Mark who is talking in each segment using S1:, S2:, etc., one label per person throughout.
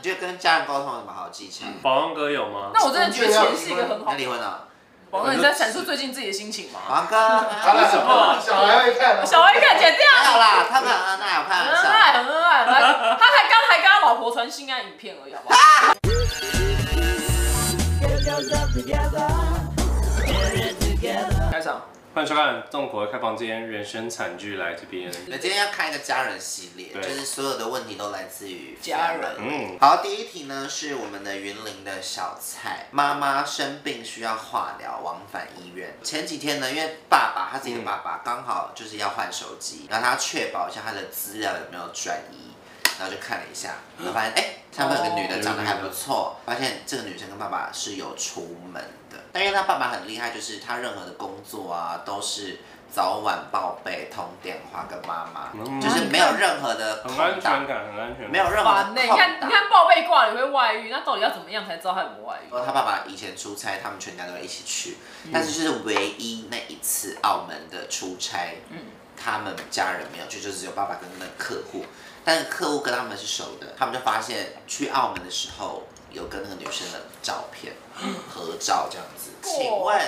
S1: 觉得跟家人沟通有什么好技巧？
S2: 保安哥有吗？
S3: 那我真的觉得钱是一个很好
S1: 那。离婚了，
S3: 王哥，你在阐述最近自己的心情吗？
S1: 王哥，
S4: 他
S2: 啊为什么
S4: 小孩会看啊？
S3: 小薇看剪掉。
S1: 没有啦，他们很恩爱，我开
S3: 很
S1: 玩
S3: 恩
S1: 笑。
S3: 爱，很恩爱，很恩爱。他才刚还跟他老婆传性爱影片而已，好不好？开场，
S2: 欢迎收看《动口的开房间》，人生惨剧来这边。
S1: 我们今天要开一个家人系列，
S2: 对
S1: 就是所有的问题都来自于
S3: 家人
S2: 嗯，
S1: 好，第一题呢是我们的云林的小蔡，妈妈生病需要化疗，往返医院。前几天呢，因为爸爸他自己的爸爸刚好就是要换手机，然后他要确保一下他的资料有没有转移，然后就看了一下，然后发现哎、上面有个女的长得还不错，发现这个女生跟爸爸是有出门的，但因为他爸爸很厉害，就是他任何的工作啊都是。早晚报备、通电话跟妈妈，
S2: 嗯
S1: 就是没有任何的空
S2: 很安全
S1: 档，
S2: 感，很安全感。
S1: 没有任何的
S3: 烦
S1: 空档。
S3: 呢、你看，你看报备挂了也会外遇，那到底要怎么样才知道他有没有外遇？
S1: 然后他爸爸以前出差，他们全家都会一起去，
S2: 嗯
S1: 但是就是唯一那一次澳门的出差，
S3: 嗯
S1: 他们家人没有去，就只有爸爸跟那个客户，但客户跟他们是熟的，他们就发现去澳门的时候有跟那个女生的照片合照这样子，请问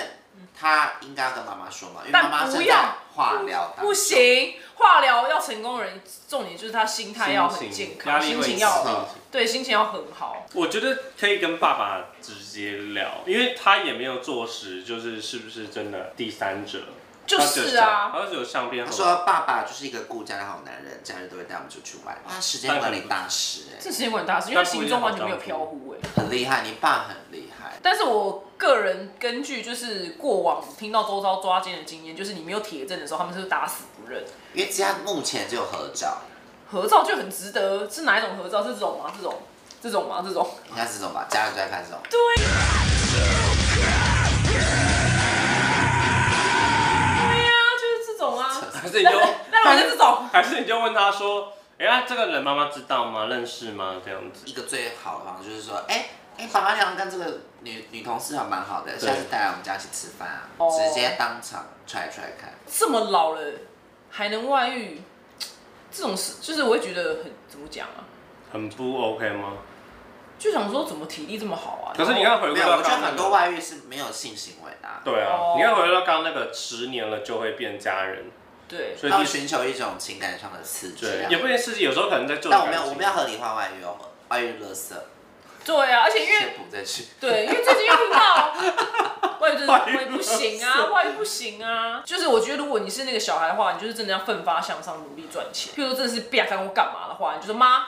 S1: 他应该要跟妈妈说吗？因为
S3: 哦但
S1: 妈妈
S3: 不
S1: 正
S3: 要
S1: 在化疗当中，
S3: 不行，化疗要成功的人，重点就是他心态要很健康，
S2: 心
S3: 心
S2: 情
S3: 情
S2: 压力
S1: 会
S3: 要
S1: 好
S3: 对，心情要很好。
S2: 我觉得可以跟爸爸直接聊，因为他也没有坐实，就是是不是真的第三者。
S3: 就是啊
S2: 他只有相片
S1: 他
S2: 好
S1: 说爸爸就是一个顾家的好男人，假日都会带我们出去玩，他时间管理大师哎、
S3: 这时间管大师，因为他行踪完全没有飘忽哎、
S1: 很厉害，你爸很厉害。
S3: 但是我个人根据就是过往听到周遭抓奸的经验，就是你没有铁证的时候，他们是打死不认。
S1: 因为家目前只有合照，
S3: 合照就很值得，是哪一种合照？是这种吗？这种，这种吗？这种。
S1: 应该是这种吧，家人都在看这种。
S3: 对呀、就是这种啊。
S2: 还
S1: 哎
S2: 是你就
S3: 那我就这种。
S2: 还是你就问他说，哎、呀，这个人妈妈知道吗？认识吗？这样子
S1: 一。个最好的方式就是说，哎、哎、爸爸娘跟这个女女同事还蛮好的，
S2: 对
S1: 下次带来我们家一起吃饭啊，
S3: 哦
S1: 直接当场踹踹看。
S3: 这么老了还能外遇，这种事就是我会觉得很怎么讲啊？
S2: 很不 OK
S1: 哦
S2: 吗？
S3: 就想说怎么体力这么好啊？
S2: 可是你看回
S1: 没
S2: 归
S1: 有，
S2: 到
S1: 我
S2: 刚
S1: 觉得
S2: 刚、那
S1: 很多
S2: 个，
S1: 外遇是没有性行为的、啊，
S2: 对啊，
S3: 哦
S2: 你看回归到刚刚那个十年了就会变家人，
S3: 对，
S2: 所以
S1: 他们
S2: 第
S1: 寻求一种情感上的刺激
S2: 对
S1: 啊。
S2: 也不一定是有时候可能在旧
S1: 但我
S2: 感
S1: 们要我
S2: 情
S1: 们要合理化外遇哦，外遇垃圾，
S3: 对啊，而且因为
S1: 先补再去。
S3: 对，因为最近又听到外遇真的
S2: 外遇
S3: 外遇不行啊，外遇不行啊。就是我觉得如果你是那个小孩的话，你就是真的要奋发向上，努力赚钱。譬如说真的是不要干我干嘛的话，你就说妈，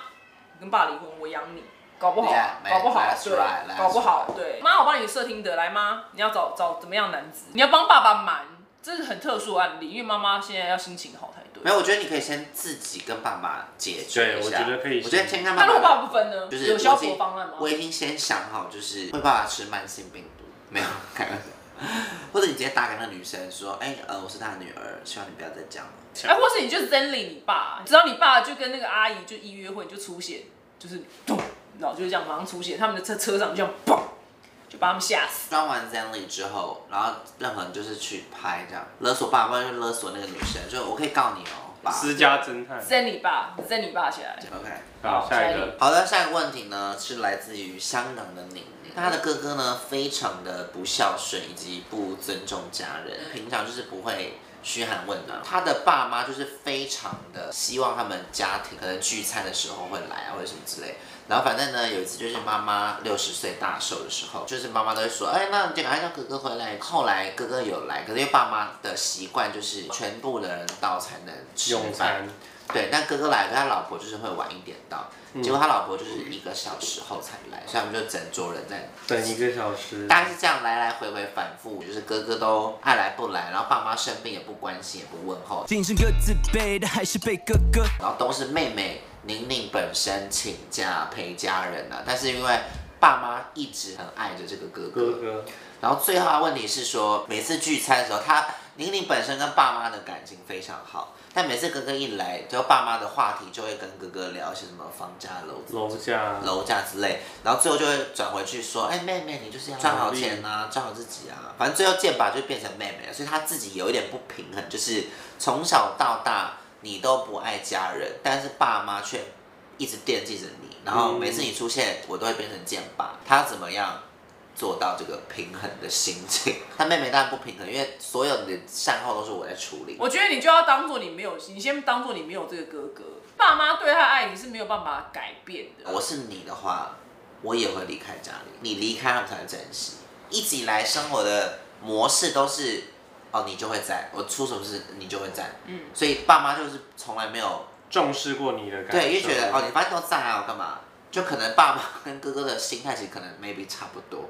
S3: 你跟爸离婚，我养你。搞不好
S1: Yeah，
S3: 搞不好
S1: that's
S3: 对
S1: right，that's，
S3: 搞不好对。妈，我帮你设听的，来妈，你要找找怎么样的男子？你要帮爸爸瞒，这是很特殊的案例，因为妈妈现在要心情好才
S1: 没
S3: 对。
S1: 有，我觉得你可以先自己跟爸爸解决
S2: 对
S1: 一
S2: 我
S1: 下。
S2: 觉得可以
S1: 我觉得先
S2: 先
S1: 看
S3: 那
S1: 爸
S3: 如果爸
S1: 爸，
S3: 爸不分呢？
S1: 就是
S3: 有消
S1: 我已
S3: 除
S1: 经
S3: 方案吗？
S1: 我已经先想好，就是会爸爸吃慢性病毒，没有开玩笑。 或者你直接打给那女生说，哎、呃，我是她的女儿，希望你不要再这样了。
S3: 哎、或是你就 Zenly 你爸，只要你爸就跟那个阿姨就一约会，你就出现，就是咚，你知道，就是这样马上出现，他们的车车上就这样砰，就把他们吓死。
S1: 装完 Zenly 之后，然后任何人就是去拍这样勒索爸爸，或者是勒索那个女生，就我可以告你哦，爸。
S2: 私家侦探。
S3: Zenly 爸，Zenly 爸起来，
S1: OK。
S2: 好，下一个。
S1: 好的，下一个问题呢是来自于香港的宁宁，她的哥哥呢非常的不孝顺以及不尊重家人，平常就是不会嘘寒问暖。他的爸妈就是非常的希望他们家庭可能聚餐的时候会来啊，或者什么之类。然后反正呢，有一次就是妈妈六十岁大寿的时候，就是妈妈都会说，哎，那你赶快叫哥哥回来。后来哥哥有来，可是因为爸妈的习惯就是全部的人到才能吃
S2: 用
S1: 饭
S2: 餐，，
S1: 对，但哥哥来，他老婆就是会晚一点到，
S2: 嗯
S1: 结果他老婆就是一个小时后才来，所以他们就整桌人在，
S2: 等一个小时。
S1: 大概是这样来来回回反复，就是哥哥都爱来不来，然后爸妈生病也不关心，也不问候，
S5: 竟是各自背的，还是被哥哥
S1: 然后都是妹妹宁宁本身请假陪家人啊，但是因为爸妈一直很爱着这个哥
S2: 哥哥，
S1: 然后最后的问题是说，每次聚餐的时候，他宁宁本身跟爸妈的感情非常好，但每次哥哥一来，就爸妈的话题就会跟哥哥聊一些什么房价、楼
S2: 楼下。
S1: 楼价之类，然后最后就会转回去说，哎、妹妹，你就是要赚好钱啊，赚好自己啊，反正最后剑拔就变成妹妹了，所以他自己有一点不平衡，就是从小到大你都不爱家人，但是爸妈却一直惦记着你，然后每次你出现，我都会变成剑拔。他怎么样做到这个平衡的心情？ 他妹妹当然不平衡，因为所有的善后都是我在处理。
S3: 我觉得你就要当做你没有，你先当做你没有这个哥哥。爸妈对他的爱你是没有办法改变的。
S1: 我是你的话，我也会离开家里。你离开，他们才会珍惜。一直以来生活的模式都是，哦，你就会在，我出什么事你就会在。嗯，所以爸妈就是从来没有
S2: 重视过你的感受，
S1: 对，因为觉得哦，你发现都在啊，我干嘛？就可能爸妈跟哥哥的心态其实可能 maybe 差不多。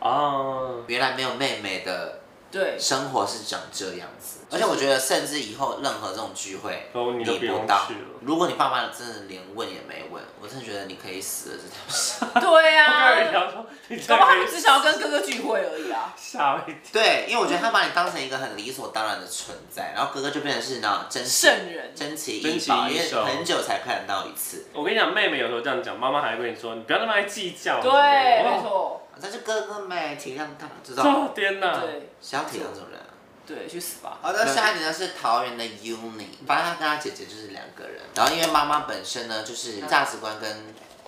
S2: 啊，
S1: 原来没有妹妹的
S3: 对，
S1: 生活是长这样子，而且我觉得甚至以后任何这种聚会
S2: 都你都不用
S1: 不到
S2: 去了，
S1: 如果你爸妈真的连问也没问，我真的觉得你可以死了这条 心。
S3: 对
S2: 我刚才
S3: 啊，
S2: 想说，你
S3: 搞
S2: 这
S3: 不好他
S2: 可
S3: 们只想要跟哥哥聚会而已啊。
S2: 吓我一跳，
S1: 对，因为我觉得他把你当成一个很理所当然的存在，然后哥哥就变成是那种珍惜
S3: 圣人
S1: 珍奇
S2: 珍
S1: 异
S2: 奇
S1: 宝，
S2: 异
S1: 因为
S2: 兽
S1: 很久才看得到一次。
S2: 我跟你讲，妹妹有时候这样讲，妈妈还会跟你说，你不要那么爱计较。
S3: 对，
S2: 之类的
S3: 没。错，
S1: 但是哥哥们体谅他，知道
S2: 哦
S1: 吗，？
S2: 天哪！
S3: 对
S1: 谁要体谅这种人啊？
S3: 对，去死吧。
S1: 好的，下一点呢是桃园的 Uni，反正他跟他姐姐就是两个人，然后因为妈妈本身呢就是价值观跟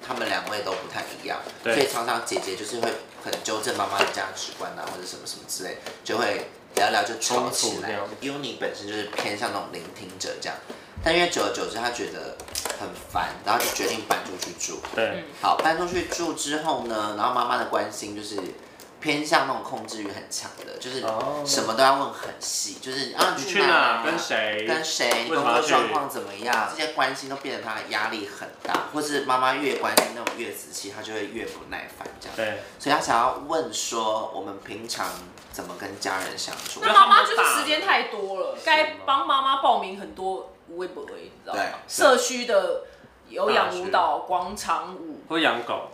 S1: 他们两位都不太一样，所
S2: 对
S1: 以常常姐姐就是会很纠正妈妈的价值观啊或者什么什么之类，就会聊聊就吵起
S2: 冲突
S1: 来
S2: 这样。
S1: Uni 本身就是偏向那种聆听者这样，但因为久而久之他觉得很烦，然后就决定搬出去住。
S2: 对，
S1: 好，搬出去住之后呢，然后妈妈的关心就是偏向那种控制欲很强的，就是
S2: 哦
S1: 什么都要问很细，就是啊
S2: 你
S1: 你
S2: 去
S1: 哪
S2: 哪？跟？谁？
S1: 跟谁？你
S2: 为
S1: 工
S2: 什么要
S1: 作
S2: 去
S1: 状况怎么样？这些关心都变得他压力很大，或是妈妈越关心那种越仔细，他就会越不耐烦这样。
S2: 对，
S1: 所以他想要问说，我们平常怎么跟家人相处？
S3: 那妈妈就是时间太多了，该帮妈妈报名很多微博，你知道吗
S1: 对？
S3: 社区的有氧舞蹈、广场舞，
S2: 会养狗，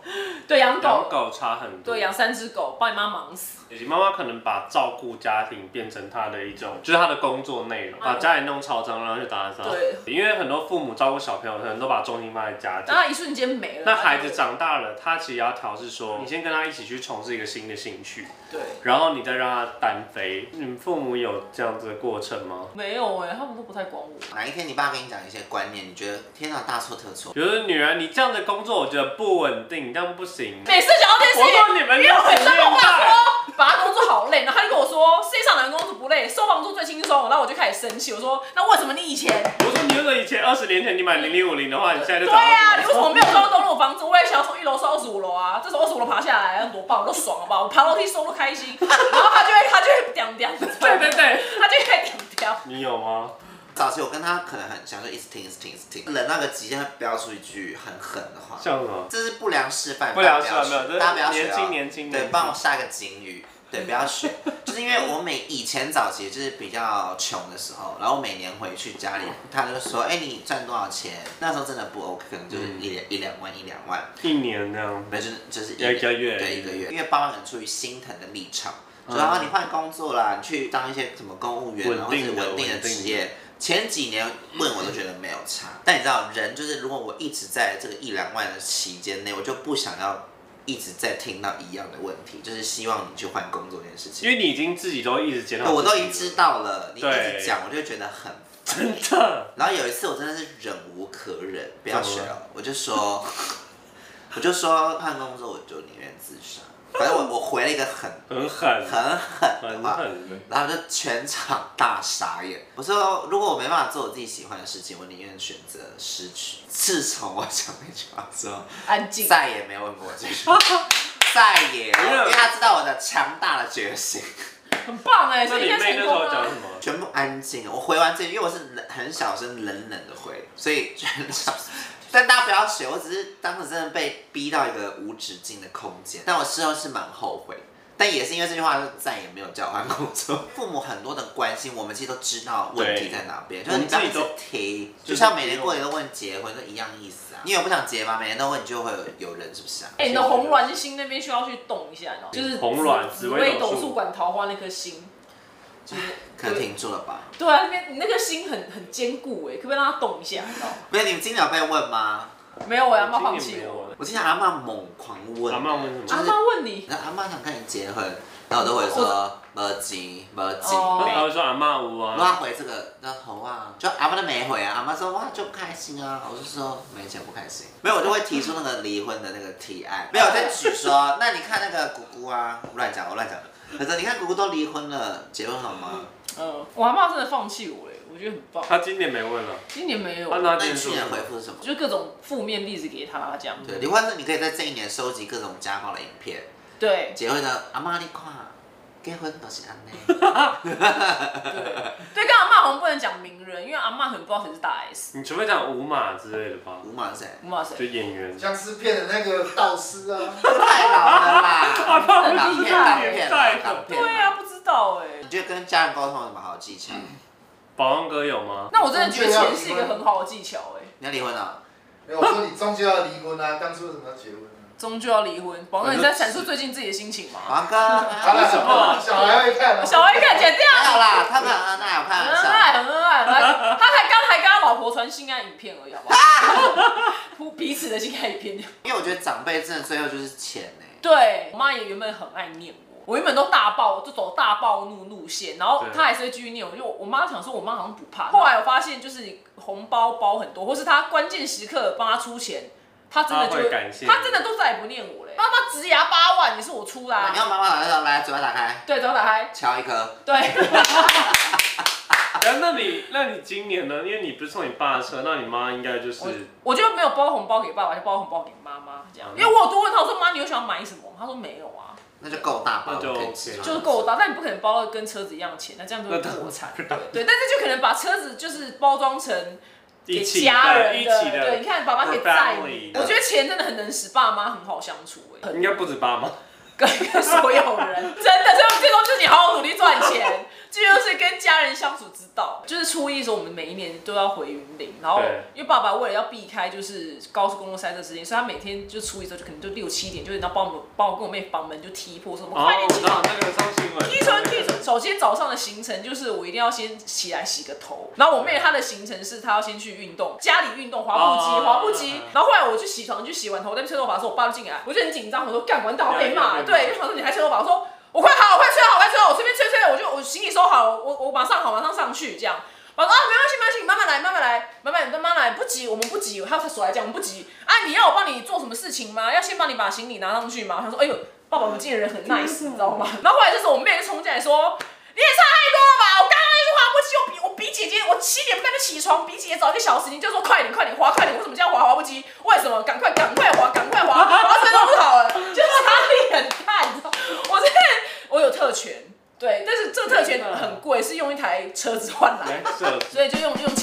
S3: 对，养
S2: 养
S3: 狗，
S2: 狗差很多。
S3: 对，养三只狗，把你妈忙死。
S2: 以及妈妈可能把照顾家庭变成她的一种，就是她的工作内容，把家里弄超脏，然后去打扫。
S3: 嗯对，
S2: 因为很多父母照顾小朋友，可能都把重心放在家庭
S3: 然。后一瞬间没了。
S2: 那孩子，长大了，他其实要调试说，你先跟他一起去从事一个新的兴趣，
S3: 对，
S2: 然后你再让他单飞。你们父母有这样子的过程吗？
S3: 没有哎，他们都不太管我。
S1: 哪一天你爸跟你讲一些观念，你觉得天哪大错特错？
S2: 比如说女儿，你这样的工作我觉得不稳定，你这样不行。
S3: 每次讲到这件事
S2: 我
S3: 情，
S2: 说你们要很
S3: 你知道我
S2: 厉
S3: 爸
S2: 害，
S3: 说，把他工作好累，然后他就跟我说，世界上哪个工作不累，收房租最轻松。然后我就开始生气，我说，那为什么你以前？
S2: 我说你如果以前二十年前你买零零五零的话，你现在就
S3: 对
S2: 找
S3: 啊，你
S2: 不
S3: 为什
S2: 到
S3: 么没有装东路房子？我也想要从一楼上二十五楼啊，这时候二十五楼爬下来，多棒，我都爽好不好？我爬楼梯收都开心，然 后他就会他就会屌屌，
S2: 对对， 对，
S3: 他就会屌屌。
S2: 你有吗？
S1: 早期我跟他可能很像，就一直听，一直听，一直听，冷到个极限，他飙出一句很狠的话。
S2: 像啊什么？
S1: 这是不良示范，
S2: 嗯不良
S1: 大
S2: 示
S1: 家
S2: 范
S1: 不要学
S2: 没有这是
S1: 大家不要学、哦
S2: 年轻年轻
S1: 对
S2: 年，轻
S1: 帮我下个警语，对， 不要学，就是因为我每以前早期就是比较穷的时候，然后每年回去家里，他就说，哎、你赚多少钱？那时候真的不 OK，可能就是一两、一两万一两万，
S2: 一年那样，
S1: 没有就是就是
S2: 一个月
S1: 对一个月，因为爸妈可能出于心疼的立场，说啊你换工作啦，你去当一些什么公务员，
S2: 嗯稳
S1: 然后是
S2: 定的
S1: 稳定的
S2: 稳定
S1: 职业。前几年问我都觉得没有差，但你知道人就是如果我一直在这个一两万的期间内，我就不想要一直在听到一样的问题，就是希望你去换工作这件事
S2: 因
S1: 情。
S2: 为你已经自己都一直接到，
S1: 哦我都已经知道了，你一
S2: 对
S1: 直讲我就觉得很
S2: 真的。
S1: 然后有一次我真的是忍无可忍，不要学
S2: 怎么
S1: 了，我就说，我就说换工作我就宁愿自杀。反正我我回了一个很
S2: 很狠，
S1: 很狠啊的
S2: 很
S1: 话，
S2: 狠。
S1: 然后我就全场大傻眼。我说如果我没办法做我自己喜欢的事情，我宁愿选择失去。自从我讲那句话之后，
S3: 安静，
S1: 再也没有问过我这句话，再也，因为他知道我的强大的决心。
S3: 很棒哎，
S2: 那
S3: 所
S2: 你
S3: 以应该
S2: 妹那
S3: 成
S2: 时
S3: 功
S2: 候讲什
S3: 啊。
S2: 么？
S1: 全部安静。我回完这，因为我是冷很小声、冷冷的回，所以全场。 但大家不要学，我只是当时真的被逼到一个无止境的空间。但我事后是蛮后悔，但也是因为这句话，就再也没有交换工作。父母很多的关心，我们其实都知道问题在哪边，就是你不要一直提，就像每年过年都问结婚，都一样意思啊。你有不想结吗？每年都问，你就会有有人是不是啊？
S3: 哎、你的红鸾心那边需要去动一下，你知道吗？哦就是
S2: 红鸾
S3: 紫
S2: 紫微斗
S3: 斗
S2: 数
S3: 数管桃花那颗心，
S1: 可能停住了吧？
S3: 对啊，那边你那颗心很欸很坚固哎，可不可以让它动一下？你知道吗？
S1: 没有，你们今年有被问吗？
S3: 没有，我要
S2: 我
S3: 妈
S2: 今
S3: 放
S2: 年
S3: 弃
S2: 没有
S3: 我
S2: 啊，
S3: 了。
S1: 我记得阿嬷猛狂问，
S2: 阿嬷问什么
S1: 就
S3: 阿
S1: 是
S3: 妈问你，
S1: 那阿妈想跟你结婚，然后我都会说没急没急。
S3: 哦
S2: 他会说阿妈屋
S1: 我
S2: 啊，
S1: 妈回这个那好啊，就阿妈都没回啊。阿妈说哇就不开心啊，我就说没钱不开心，没有我就会提出那个离婚的那个提案，没有我在举说，那你看那个姑姑啊，我乱讲我乱讲的。他说你看姑姑都离婚了，结婚好吗？
S3: 嗯，我阿妈真的放弃我嘞，我觉得很棒。
S2: 他今年没问了，
S3: 今年没有
S2: 他，拿
S1: 那
S2: 点
S1: 你去
S2: 数。
S1: 年回复是什么？
S3: 就各种负面例子给他这样。
S1: 对，离婚呢，你可以在这一年收集各种家暴的影片。
S3: 对
S1: 结婚呢，阿妈你看，结婚都是安内。
S3: 对，跟阿妈好像不能讲名人，因为阿妈很不知道谁是大 S。
S2: 你除非讲五马之类的吧，
S1: 五毛谁？
S3: 哇
S2: 就
S3: 塞，
S2: 演员。
S4: 僵尸片的那个道士 啊，
S1: 太老了 啦，
S2: 他
S1: 港
S2: 们
S1: 片
S2: 是
S1: 港
S2: 这个
S1: 片
S2: 年代的
S1: 港片。
S3: 对啊，，不知道哎、
S1: 你觉得跟家人沟通有什么好技巧？
S2: 保安哥有吗？
S3: 那我真的觉得钱是一个很好的技巧哎、
S1: 你要离婚了？
S4: 没有我说你终究要离婚啊，当初为什么要结婚啊？
S3: 终究要离婚。宝哥，你在阐述最近自己的心情吗？
S1: 王哥，
S4: 好了，
S2: 为什么
S4: 小孩会看啊？
S3: 小 A 看剪掉。
S1: 没有啦，他们很恩爱，我开
S3: 很
S1: 玩
S3: 恩
S1: 笑。
S3: 爱，很恩爱，很恩爱。他还刚还跟他老婆传性爱影片而已，好不好？ 互 彼此的性爱影片。
S1: 因为我觉得长辈真的最后就是钱呢。
S3: 对，我妈也原本很爱念我，我原本都大爆，就走大暴怒路线，然后
S2: 对
S3: 她还是会继续念我。就我我妈想说，我妈好像不怕。后来我发现，就是红包包很多，或是她关键时刻帮她出钱，她真的就
S2: 她会感谢你
S3: 她真的都再也不念我嘞。妈妈直牙八万也是我出啦
S1: 你，要妈妈来来，嘴巴打开，
S3: 对，找打开，
S1: 敲一颗。
S3: 对，
S2: 然后那你那你今年呢？因为你不是送你爸的车，那你妈应该就是
S3: 我我就没有包红包给爸爸，就包红包给妈妈这样
S2: 嗯。
S3: 因为我有多问她，我说妈，你有想要买什么？她说没有啊。
S1: 那就够大包，
S2: 那就
S1: 可以吃
S2: OK
S3: 就是够大，但你不可能包到跟车子一样的钱，那这样就会破产。对，但是就可能把车子就是包装成给
S2: 一起
S3: 家
S2: 的，一
S3: 人
S2: 起
S3: 对，
S2: 的
S3: 你，看爸妈可以
S2: for
S3: 载
S2: family
S3: 你。我觉得钱真的很能使爸妈很好相处、欸，
S2: 应该不止爸妈。
S3: 跟跟所有 人真的，所以最终就是你好好努力赚钱，这就是跟家人相处之道。就是初一的时候，我们每一年都要回云林，然后
S2: 对
S3: 因为爸爸为了要避开就是高速公路塞车时间，所以他每天就初一的时候就可能就六七点，就是然后帮我们帮我跟我妹房门就踢破，说我们
S2: 哦
S3: 快，点
S2: 我
S3: 起
S2: 知
S3: 床
S2: 道。那个上新 闻。
S3: 踢春踢春，首先早上的行程就是我一定要先起来洗个头，然后我妹她的行程是她要先去运动，家里运动滑步
S2: 哦
S3: 机滑步机
S2: 嗯，
S3: 然后后来我去洗床去洗完头，我在那边吹头发的时候，我爸就进来，我就很紧张，我说干完蛋我被骂，
S2: 对对对
S3: 对，就想说你还吹头发，我说我快好，我快吹好，我快吹好，我随便吹吹，我就我行李收好，我我我马上好马上上去这样。我说啊，没关系，没关系，你慢慢来，慢慢来，慢慢慢慢来，不急，我们不急。他手来讲，我们不急啊！你要我帮你做什么事情吗？要先帮你把行李拿上去吗？他说，哎呦，爸爸，我们今天人很 nice，你知道吗？然后后来这时候我妹就冲进来说，你也差太多了吧！我刚刚一直滑不起，我比我比姐姐，我七点半就起床，比姐姐早一个小时，你就说快点快点滑快点，为什么这样滑滑不起？为什么？赶快赶快滑赶快滑，然后真的不好了，就是压力很大，你知道？我真的我有特权，对，但是这个特权很贵，是用一台车子换来的。
S2: 哎是
S3: 所以就用用
S2: 哦